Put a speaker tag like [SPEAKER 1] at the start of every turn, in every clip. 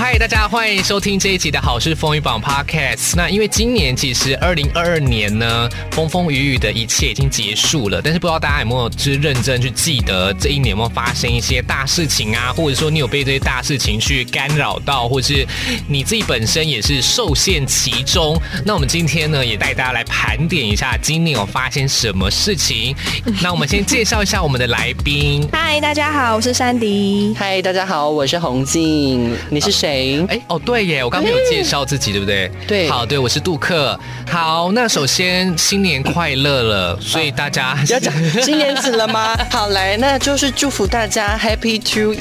[SPEAKER 1] 嗨，大家欢迎收听这一集的好事风雨榜 Podcast。那因为今年其实二零二二年呢，风风雨雨的一切已经结束了，但是不知道大家有没有就是认真去记得这一年有没有发生一些大事情啊，或者说你有被这些大事情去干扰到，或是你自己本身也是受限其中。那我们今天呢，也带大家来盘点一下今年有发生什么事情。那我们先介绍一下我们的来宾。
[SPEAKER 2] 嗨，大家好，我是珊迪。
[SPEAKER 3] 嗨，大家好，我是洪静，你是谁？
[SPEAKER 1] 哎、哦，对耶，我刚没有介绍自己，对不对？
[SPEAKER 3] 对
[SPEAKER 1] 好，对，我是杜克。好，那首先新年快乐了，所以大家
[SPEAKER 3] 要讲新年子 了吗？好来，那就是祝福大家 Happy Two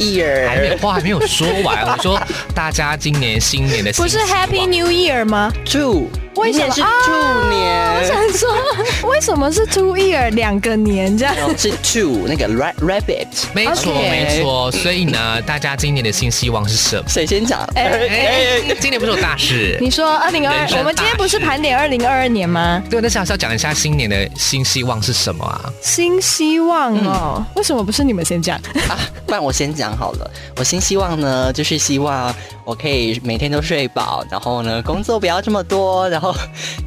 [SPEAKER 1] 还没
[SPEAKER 3] Year
[SPEAKER 1] 话还没有说完，我说大家今年新年的
[SPEAKER 2] 不是
[SPEAKER 1] 新希望
[SPEAKER 2] Happy New Year 吗？
[SPEAKER 3] Two，
[SPEAKER 2] 为什么
[SPEAKER 3] 今年是
[SPEAKER 2] 啊
[SPEAKER 3] Two
[SPEAKER 2] 我
[SPEAKER 3] 年，
[SPEAKER 2] 想说， 为什么是 Two Year 两个年这样？
[SPEAKER 3] 哦是 Two 那个 ra- Rabbit，
[SPEAKER 1] 没错
[SPEAKER 2] OK
[SPEAKER 1] 没错，所以呢，大家今年的新希望是什么？
[SPEAKER 3] 谁先讲？
[SPEAKER 2] 哎
[SPEAKER 1] 哎、今年不是有大事。
[SPEAKER 2] 你说二零二
[SPEAKER 1] 人生大事
[SPEAKER 2] 二，我们今天不是盘点二零二二年吗？
[SPEAKER 1] 对，但是还是要讲一下新年的新希望是什么啊？
[SPEAKER 2] 新希望
[SPEAKER 1] 嗯
[SPEAKER 2] 哦，为什么不是你们先讲？
[SPEAKER 3] 啊，不然我先讲好了。我新希望呢，就是希望我可以每天都睡饱，然后呢，工作不要这么多，然后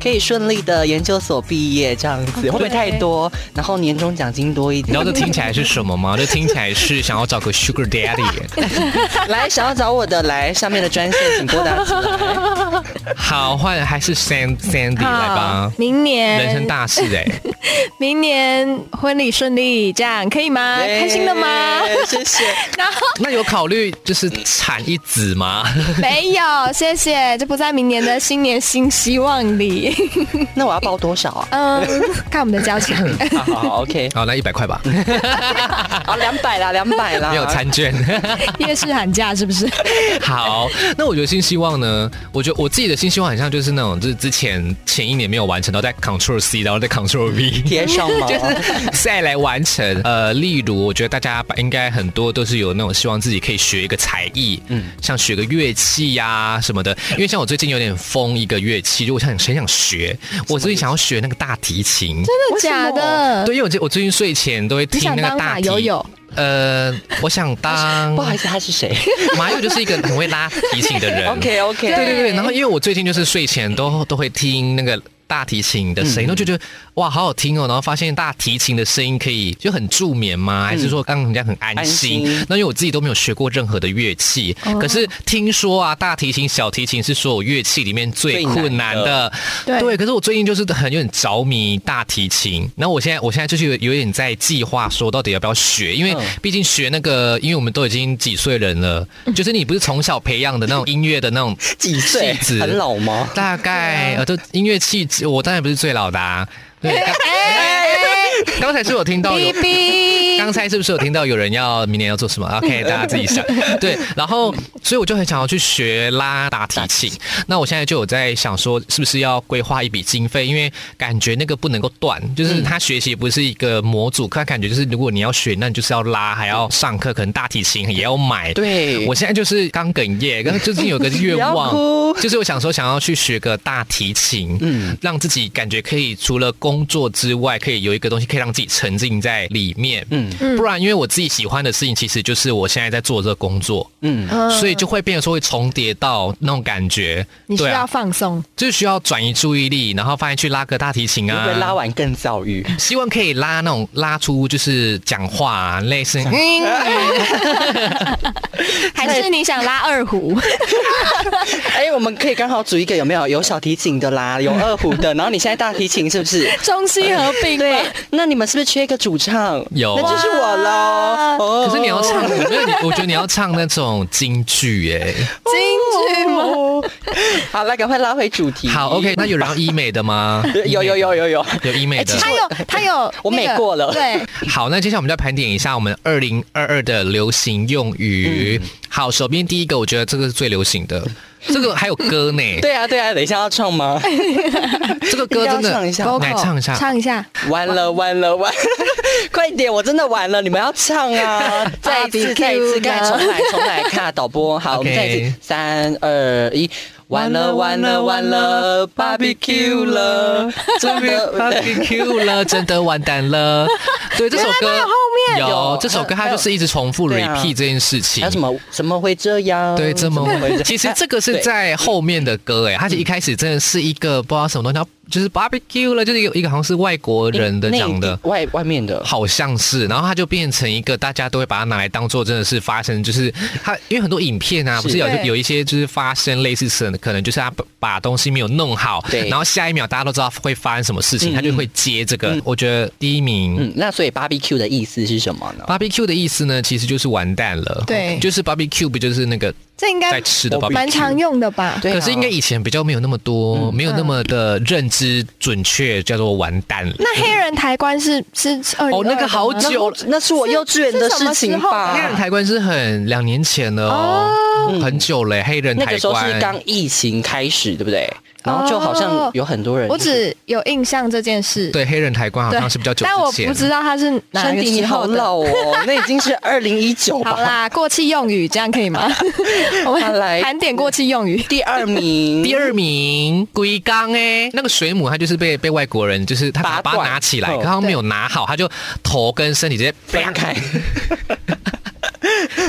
[SPEAKER 3] 可以顺利的研究所毕业这样
[SPEAKER 2] 哦
[SPEAKER 3] 子，会不会太多？然后年终奖金多一
[SPEAKER 1] 你知
[SPEAKER 3] 点
[SPEAKER 1] 道。这听起来是什么吗？这听起来是想要找个 Sugar Daddy。
[SPEAKER 3] 来，想要找我的来，下面的专线请拨打起来。
[SPEAKER 1] 好，换还是 San- Sandy 来吧。
[SPEAKER 2] 明
[SPEAKER 1] 人生
[SPEAKER 2] 年，
[SPEAKER 1] 大事哎、
[SPEAKER 2] 明年婚礼顺利，这样可以吗？开心了吗？
[SPEAKER 3] 耶 谢谢。
[SPEAKER 2] 然后
[SPEAKER 1] 那有考虑就是产一子 吗？
[SPEAKER 2] 没有，谢谢，这不在明年的新年新希望里。
[SPEAKER 3] 那我要报多少啊？
[SPEAKER 2] 嗯，看我们的交情。
[SPEAKER 3] 好好好，OK，
[SPEAKER 1] 好，哦那一百块吧，
[SPEAKER 3] 好，两百啦，两百 啦。
[SPEAKER 1] 没有餐 券。
[SPEAKER 2] 夜市喊价是不是？
[SPEAKER 1] 好，那我觉得新希望呢，我觉得我自己的新希望很像就是那种，就是之前前一年没有完成，然后再 Control C，然后再 Control V。
[SPEAKER 3] 贴上吗？
[SPEAKER 1] 嗯再来完成，呃，例如，我觉得大家应该很多都是有那种希望自己可以学一个才艺，嗯，像学个乐器呀、什么的。因为像我最近有点疯一个乐器，就我想很想学，我最近想要学那个大提琴，
[SPEAKER 2] 真的假的？
[SPEAKER 1] 对，因为我最我最近睡前都会
[SPEAKER 2] 呃
[SPEAKER 1] 听
[SPEAKER 2] 你想
[SPEAKER 1] 那
[SPEAKER 2] 当
[SPEAKER 1] 个大
[SPEAKER 2] 马
[SPEAKER 1] 提。
[SPEAKER 2] 友友？
[SPEAKER 1] 呃，我想 当
[SPEAKER 3] 不好意思，他是谁
[SPEAKER 1] 马友就是一个很会拉提琴的 人。
[SPEAKER 3] ？OK OK，
[SPEAKER 1] 对对对，然后因为我最近就是睡前都都会听那个。大提琴的声音，然后就觉得哇，好好听哦。然后发现大提琴的声音可以就很助眠吗？还是说让人家很安心
[SPEAKER 3] 安心？
[SPEAKER 1] 那因为我自己都没有学过任何的乐器，
[SPEAKER 2] 哦
[SPEAKER 1] 可是听说啊，大提琴、小提琴是所有乐器里面最
[SPEAKER 3] 最难的
[SPEAKER 1] 困难的。
[SPEAKER 2] 对
[SPEAKER 1] 对，可是我最近就是很有点着迷大提琴。然后我现在我现在就是有有点在计划说，到底要不要学？因为
[SPEAKER 3] 嗯
[SPEAKER 1] 毕竟学那个，因为我们都已经几岁人了， 就是你不是从小培养的那种音乐的那种
[SPEAKER 3] 几岁
[SPEAKER 1] 气？质
[SPEAKER 3] 很老吗？
[SPEAKER 1] 大概呃，都音乐气质，我当然不是最老的啊。对，刚
[SPEAKER 2] 哎
[SPEAKER 1] 刚才是有听到有
[SPEAKER 2] 哔。哔，
[SPEAKER 1] 刚才是不是有听到有人要明年要做什么？OK，大家自己想。对，然后所以我就很想要去学拉大提琴。那我现在就有在想说，是不是要规划一笔经费？因为感觉那个不能够断，就是他学习不是一个模组，他感觉就是如果你要学，那你就是要拉，还要上课，可能大提琴也要买。
[SPEAKER 3] 对
[SPEAKER 1] 我现在就是刚哽咽，刚最近有个愿望
[SPEAKER 3] 不要，哭
[SPEAKER 1] 就是我想说想要去学个大提琴，嗯，让自己感觉可以除了工作之外，可以有一个东西可以让自己沉浸在里面，嗯，不然因为我自己喜欢的事情，其实就是我现在在做这个工作，
[SPEAKER 3] 嗯，
[SPEAKER 1] 所以就会变得说会重叠到那种感觉，
[SPEAKER 2] 你需
[SPEAKER 1] 对
[SPEAKER 2] 要
[SPEAKER 1] 啊，
[SPEAKER 2] 放松。
[SPEAKER 1] 就是需要转移注意力，然后发现去拉个大提琴
[SPEAKER 3] 会不会拉
[SPEAKER 1] 啊。
[SPEAKER 3] 完更躁郁？
[SPEAKER 1] 希望可以拉那种拉出就是讲话、啊、类似，嗯
[SPEAKER 2] 还是你想拉二胡？
[SPEAKER 3] 哎，我们可以刚好组一个，有没有？有小提琴的啦，有二胡 的，然后你现在大提琴是不是？
[SPEAKER 2] 中西合并吗？
[SPEAKER 3] 对，那你们是不是缺一个主唱？
[SPEAKER 1] 有
[SPEAKER 3] 那就是我喽。哦
[SPEAKER 1] 可是你要 唱，我觉得你，我觉得你要唱那种京剧哎、
[SPEAKER 2] 京剧吗？
[SPEAKER 3] 好了，赶快拉回主题。
[SPEAKER 1] 好，OK，那有 人要医美的吗？
[SPEAKER 3] 有有有有有，哎
[SPEAKER 1] 有医美的。
[SPEAKER 2] 他有他有，
[SPEAKER 3] 我美
[SPEAKER 2] 那个
[SPEAKER 3] 过了
[SPEAKER 2] 对，
[SPEAKER 1] 好，那接下来我们就要盘点一下我们二
[SPEAKER 3] 嗯
[SPEAKER 1] 零二二的流行用语。好，首先第一个，我觉得这个是最流行的，这个还有歌呢，
[SPEAKER 3] 对啊，对啊，等一下要唱吗？
[SPEAKER 1] 这个歌真
[SPEAKER 3] 一定要
[SPEAKER 1] 的
[SPEAKER 3] 唱一下
[SPEAKER 1] 来唱一下，
[SPEAKER 2] 唱一下，
[SPEAKER 3] 完了完了完了！ 快点，我真的完了，你们要唱啊！ 再一
[SPEAKER 2] Barbecue
[SPEAKER 3] 次，再一次，再重来
[SPEAKER 2] 呢，
[SPEAKER 3] 重 来，看导播，好，我们
[SPEAKER 1] OK
[SPEAKER 3] 再一次，三二一。完了完了完了，barbecue 了，真 的
[SPEAKER 1] barbecue 了，真的完蛋了。对，这首歌有
[SPEAKER 3] 有
[SPEAKER 1] 这首歌，它
[SPEAKER 3] 还有
[SPEAKER 1] 就是一直重复
[SPEAKER 3] 对啊
[SPEAKER 1] repeat 这件事情
[SPEAKER 3] 还有。什么？怎么会哦这样？
[SPEAKER 1] 对，这么
[SPEAKER 3] 回 事？嗯
[SPEAKER 1] 其实这个是在后面的歌哎，它是一开始真的是一个不知道什么东西，然后就是 barbecue 了，就是一个一个好像是外国人的
[SPEAKER 3] 内
[SPEAKER 1] 讲的
[SPEAKER 3] 地，外外面的，
[SPEAKER 1] 好像是，然后它就变成一个大家都会把它拿来当做真的是发生，就是它因为很多影片啊，
[SPEAKER 3] 是
[SPEAKER 1] 不是有
[SPEAKER 2] 对
[SPEAKER 1] 有一些就是发生类似事，可能就是他啊把把东西没有弄好，
[SPEAKER 3] 对
[SPEAKER 1] 然后下一秒大家都知道会发生什么事情，
[SPEAKER 3] 嗯
[SPEAKER 1] 他就会接这个
[SPEAKER 3] 嗯。
[SPEAKER 1] 我觉得第一名。
[SPEAKER 3] 嗯，那所以 barbecue 的意思是什么呢？
[SPEAKER 1] barbecue 的意思呢，其实就是完蛋了。
[SPEAKER 2] 对
[SPEAKER 1] 就是 barbecue 不就是那个
[SPEAKER 2] 这应
[SPEAKER 1] 在
[SPEAKER 2] 该
[SPEAKER 1] 吃的 barbecue？
[SPEAKER 2] 蛮常用的吧？
[SPEAKER 3] 对啊
[SPEAKER 1] 可是应该以前比较没有那么
[SPEAKER 2] 嗯
[SPEAKER 1] 多，没有那么的认知准确，叫做完蛋了。
[SPEAKER 2] 那黑人抬棺是是二
[SPEAKER 1] 哦那个好
[SPEAKER 3] 那
[SPEAKER 1] 久了
[SPEAKER 3] 那是我幼稚园的事情吧？
[SPEAKER 1] 黑人抬棺是很两年前了哦，很久了。黑人
[SPEAKER 3] 那
[SPEAKER 1] 抬
[SPEAKER 3] 个时候是
[SPEAKER 1] 棺
[SPEAKER 3] 刚疫情开始，对不对？
[SPEAKER 1] 哦
[SPEAKER 3] 然后就好像有很多人，
[SPEAKER 2] 我只有印象这件事，
[SPEAKER 1] 对，黑人抬棺好像是比较久
[SPEAKER 2] 但我
[SPEAKER 1] 之前。
[SPEAKER 2] 不知道他是哪
[SPEAKER 3] 山
[SPEAKER 2] 个
[SPEAKER 3] 迪你
[SPEAKER 2] 时
[SPEAKER 3] 好
[SPEAKER 2] 候的。
[SPEAKER 3] 老哦， 那已经是二零一九
[SPEAKER 2] 好
[SPEAKER 3] 吧。
[SPEAKER 2] 啦，过气用语这样可 以吗？我
[SPEAKER 3] 看
[SPEAKER 2] 们
[SPEAKER 3] 来
[SPEAKER 2] 盘点过气用语。
[SPEAKER 3] 第二名，
[SPEAKER 1] 第二名龟缸哎，那个水母它就是被被外国人，就是他
[SPEAKER 3] 拔
[SPEAKER 1] 把它
[SPEAKER 3] 罐
[SPEAKER 1] 拿起来，
[SPEAKER 3] 哦
[SPEAKER 1] 可他没有拿好，他就头跟身体直接
[SPEAKER 3] 分开，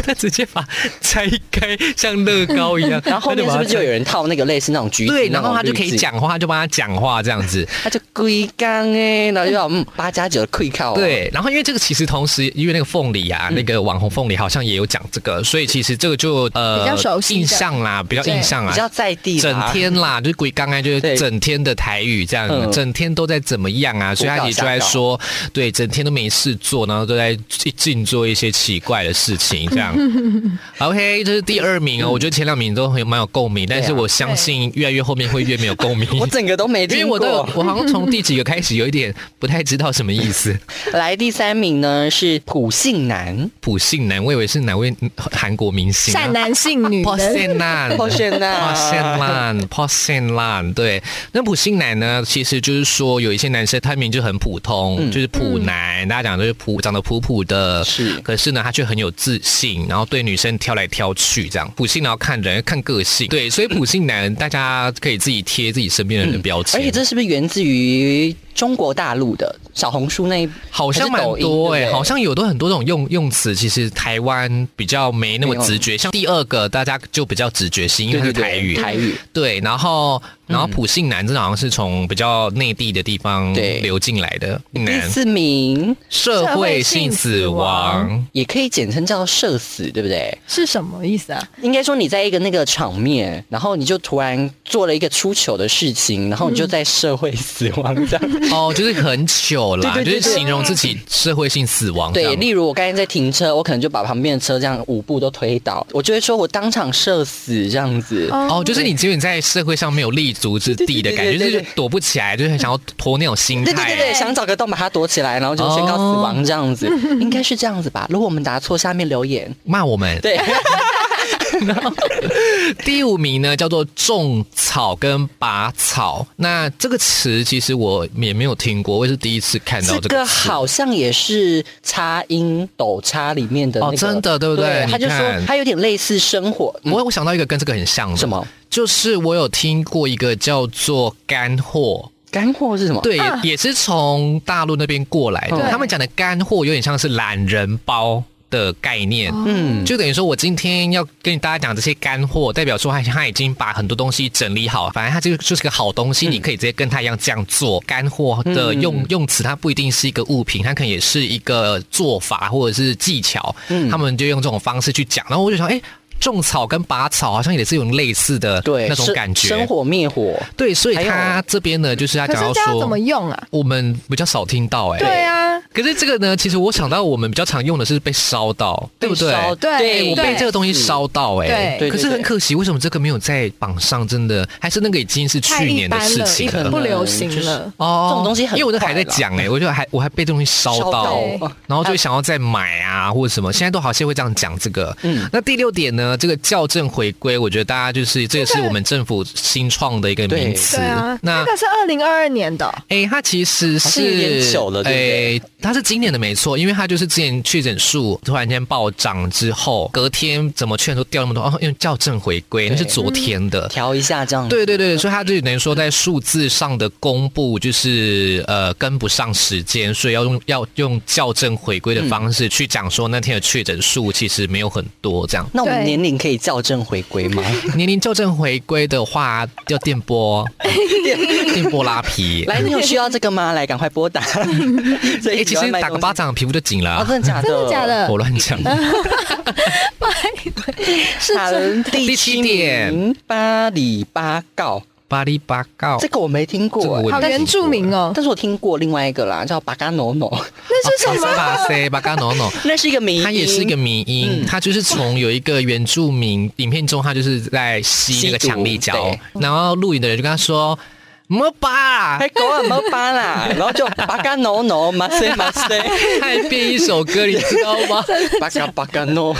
[SPEAKER 1] 他直接把拆开，像乐高一样。
[SPEAKER 3] 然后后面是不是就有
[SPEAKER 1] 人？
[SPEAKER 3] 人套那个类似那种橘子？
[SPEAKER 1] 对，然后他就可以
[SPEAKER 3] 讲，
[SPEAKER 1] 讲话，就帮他讲话这样子。
[SPEAKER 3] 他就龟缸哎，然后就要嗯八加九的 quick call，，
[SPEAKER 1] 对，然后因为这个其实同时，因为那个凤梨
[SPEAKER 3] 嗯
[SPEAKER 1] 啊，那个网红凤梨好像也有讲这个，所以其实这个就呃
[SPEAKER 2] 比较熟悉的
[SPEAKER 1] 印象啦，比较印象
[SPEAKER 3] 比
[SPEAKER 1] 啊。
[SPEAKER 3] 较在地啦，
[SPEAKER 1] 整天啦，就是鬼刚刚就是
[SPEAKER 3] 对
[SPEAKER 1] 整天的台语这样，
[SPEAKER 3] 嗯
[SPEAKER 1] 整天都在怎么样啊？所以他也就在说，对，整天都没事做，然后都在尽做一些奇怪的事情这 样。OK，这是第二名哦，我觉得前两名都很有蛮有共鸣，但是
[SPEAKER 3] 嗯对啊
[SPEAKER 1] 我相信越来越后面会越没有共鸣。
[SPEAKER 3] 我整个都没
[SPEAKER 1] 因为
[SPEAKER 3] 听
[SPEAKER 1] 我都有
[SPEAKER 3] 过，。
[SPEAKER 1] 我好像从第几个开始有一点不太知道什么意思。
[SPEAKER 3] 来第三名呢是普 信男，
[SPEAKER 1] 普信男，我以为是哪位韩国明星、啊
[SPEAKER 2] 善。男信女
[SPEAKER 1] 破
[SPEAKER 2] 的，
[SPEAKER 1] 信男，
[SPEAKER 3] 破信男
[SPEAKER 1] 破信男，破信男。对，那普信男呢？其实就是说，有一些男生他明明就很普通，
[SPEAKER 3] 嗯
[SPEAKER 1] 就是普
[SPEAKER 2] 嗯
[SPEAKER 1] 男，大家讲就是普，长得普普的，
[SPEAKER 3] 是
[SPEAKER 1] 可是呢，他却很有自信，然后对女生挑来挑去，这样。普信男要看人，看个性，对，所以普信男大家可以自己贴自己身边人的标签、
[SPEAKER 3] 而且这是不是源自于中国大陆的小红书那一？
[SPEAKER 1] 好像蛮
[SPEAKER 3] 还是抖音
[SPEAKER 1] 多哎、
[SPEAKER 3] 对不对
[SPEAKER 1] 好像有都很多种用用词，其实台湾比较没那么直觉。像第二个，大家就比较直觉性，因为它是
[SPEAKER 3] 嗯对对
[SPEAKER 1] 台
[SPEAKER 3] 对
[SPEAKER 1] 语。
[SPEAKER 3] 台语
[SPEAKER 1] 对，然后然后普信男这好像是从比较内地的地方
[SPEAKER 3] 对
[SPEAKER 1] 流进来的
[SPEAKER 3] 嗯第
[SPEAKER 1] 男，
[SPEAKER 3] 四名
[SPEAKER 1] 社会性死
[SPEAKER 2] 社会
[SPEAKER 1] 亡。
[SPEAKER 3] 也可以简称叫社死，对不对？
[SPEAKER 2] 是什么意思啊？
[SPEAKER 3] 应该说你在一个那个场面，然后你就突然做了一个出糗的事情，然后你就在社会死亡这样。
[SPEAKER 1] 哦，就是很糗啦，
[SPEAKER 3] 对对对
[SPEAKER 1] 就是形容自己社会性死亡这
[SPEAKER 3] 对，
[SPEAKER 1] 样。
[SPEAKER 3] 例如我刚才在停车，我可能就把旁边的车这样五步都推倒，我就会说我当场社死这样子。
[SPEAKER 1] 哦，就是你只有你在社会上没有立足之地的感觉，
[SPEAKER 3] 对对对对
[SPEAKER 1] 就
[SPEAKER 3] 对
[SPEAKER 1] 是躲不起来，就是很想要拖那种心态。
[SPEAKER 3] 对对对对，想找个洞把它躲起来，然后就宣告死亡这样子，应该是这样子吧？如果我们答错，下面留言。
[SPEAKER 1] 骂我们。
[SPEAKER 3] 对，
[SPEAKER 1] 第五名呢叫做种草跟拔草，那这个词其实我也没有听过，我也是第一次看到
[SPEAKER 3] 这
[SPEAKER 1] 这
[SPEAKER 3] 个
[SPEAKER 1] 个词。
[SPEAKER 3] 好像也是插音抖插里面的那个，
[SPEAKER 1] 哦真的对不对你
[SPEAKER 3] 他就
[SPEAKER 1] 看
[SPEAKER 3] 说他有点类似生活，嗯
[SPEAKER 1] 我我想到一个跟这个很像的，
[SPEAKER 3] 什么？
[SPEAKER 1] 就是我有听过一个叫做干货，
[SPEAKER 3] 干货是什么？
[SPEAKER 1] 对，
[SPEAKER 2] 啊
[SPEAKER 1] 也是从大陆那边过来的。
[SPEAKER 3] 对
[SPEAKER 1] 他们讲的干货有点像是懒人包的概念。
[SPEAKER 3] 嗯，
[SPEAKER 1] 就等于说，我今天要跟大家讲这些干货，代表说他他已经把很多东西整理好，反正他这个就是个好东西，你可以直接跟他一样这样做。干货的用、用词，它不一定是一个物品，它可能也是一个做法或者是技巧，他们就用这种方式去讲。然后我就想，哎、种草跟拔草好像也是有类似的
[SPEAKER 3] 对，
[SPEAKER 1] 那种
[SPEAKER 3] 生
[SPEAKER 1] 感觉
[SPEAKER 3] 生，火灭火，
[SPEAKER 1] 对，所以
[SPEAKER 3] 还有
[SPEAKER 1] 他这边呢，就是他
[SPEAKER 2] 可
[SPEAKER 1] 讲
[SPEAKER 2] 是
[SPEAKER 1] 到
[SPEAKER 2] 这要怎么
[SPEAKER 1] 说，
[SPEAKER 2] 用啊？
[SPEAKER 1] 我们比较少听到、哎，
[SPEAKER 2] 对啊，
[SPEAKER 1] 可是这个呢，其实我想到我们比较常用的是被烧到，对不对？
[SPEAKER 3] 烧
[SPEAKER 2] 对
[SPEAKER 3] 对，
[SPEAKER 1] 哎我被这个东西烧到哎、
[SPEAKER 2] 对
[SPEAKER 3] 对对
[SPEAKER 1] 可是很可惜，为什么这个没有在榜上？真的还是那个已经是
[SPEAKER 2] 太
[SPEAKER 1] 去
[SPEAKER 2] 一
[SPEAKER 1] 年的
[SPEAKER 2] 般
[SPEAKER 1] 事
[SPEAKER 2] 了，一
[SPEAKER 1] 情
[SPEAKER 3] 可
[SPEAKER 2] 般
[SPEAKER 1] 了
[SPEAKER 3] 能
[SPEAKER 2] 不流行
[SPEAKER 3] 就是
[SPEAKER 2] 了。
[SPEAKER 1] 哦
[SPEAKER 3] 这种东西很
[SPEAKER 1] 因为我那还在
[SPEAKER 3] 快啦
[SPEAKER 1] 讲哎、我就还我还被这东西烧
[SPEAKER 3] 烧
[SPEAKER 1] 到
[SPEAKER 3] 到，
[SPEAKER 1] 然后就会想要再买啊或者什么，现在都好像会这样讲这个。
[SPEAKER 3] 嗯
[SPEAKER 1] 那第六点呢，这个校正回归，我觉得大家就是这个是我们政府新创的一个名词。
[SPEAKER 2] 对啊，
[SPEAKER 1] 那
[SPEAKER 2] 那个是二零二二年的，
[SPEAKER 1] 哎、它其实
[SPEAKER 3] 好像有点
[SPEAKER 1] 是
[SPEAKER 3] 久了对不对
[SPEAKER 1] 哎它是今年的没错，因为它就是之前确诊数突然间暴涨之后，隔天怎么劝都掉那么多，哦，因为校正回归那是昨天的。
[SPEAKER 3] 调一下这样子。
[SPEAKER 1] 对对对，所以它就等于说在数字上的公布就是呃跟不上时间，所以要用要用校正回归
[SPEAKER 3] 嗯
[SPEAKER 1] 的方式去讲说那天的确诊数其实没有很多这样。
[SPEAKER 3] 那我们
[SPEAKER 2] 对
[SPEAKER 3] 年龄可以校正回归 吗？
[SPEAKER 1] 年龄校正回归的话，要电 波，电波拉皮。
[SPEAKER 3] 来，你有需要这个吗？来，赶快 拨打。所
[SPEAKER 1] 哎、
[SPEAKER 3] 以
[SPEAKER 1] 其实打个巴
[SPEAKER 3] 八
[SPEAKER 1] 掌皮肤就紧了、
[SPEAKER 3] 啊，真的假的？
[SPEAKER 2] 真的假？的
[SPEAKER 1] 我？乱讲。
[SPEAKER 2] 是
[SPEAKER 3] 好
[SPEAKER 2] 真，
[SPEAKER 3] 第七点，巴里巴告，
[SPEAKER 1] 巴黎巴告
[SPEAKER 3] 这，个我没听
[SPEAKER 1] 这个
[SPEAKER 3] 过
[SPEAKER 1] 我也
[SPEAKER 3] 欸，
[SPEAKER 1] 没
[SPEAKER 2] 好
[SPEAKER 1] 听
[SPEAKER 2] 原
[SPEAKER 1] 过
[SPEAKER 2] 住民哦，
[SPEAKER 3] 但是我听过另外一个啦，叫巴嘎诺诺，
[SPEAKER 2] 那是什么？
[SPEAKER 1] 巴塞巴嘎诺诺。
[SPEAKER 3] 那是一个名，
[SPEAKER 1] 它也是一个。迷因，
[SPEAKER 3] 嗯
[SPEAKER 1] 它就是从有一个原住民影片中，他就是在吸那个
[SPEAKER 3] 吸毒
[SPEAKER 1] 强力胶
[SPEAKER 3] 对，
[SPEAKER 1] 然后录影的人就跟他说：“莫巴，
[SPEAKER 3] 还狗啊，没巴啦，然后就巴嘎诺诺，马塞马塞，
[SPEAKER 1] 他还编一首歌，你知道吗？
[SPEAKER 3] 巴嘎巴嘎诺，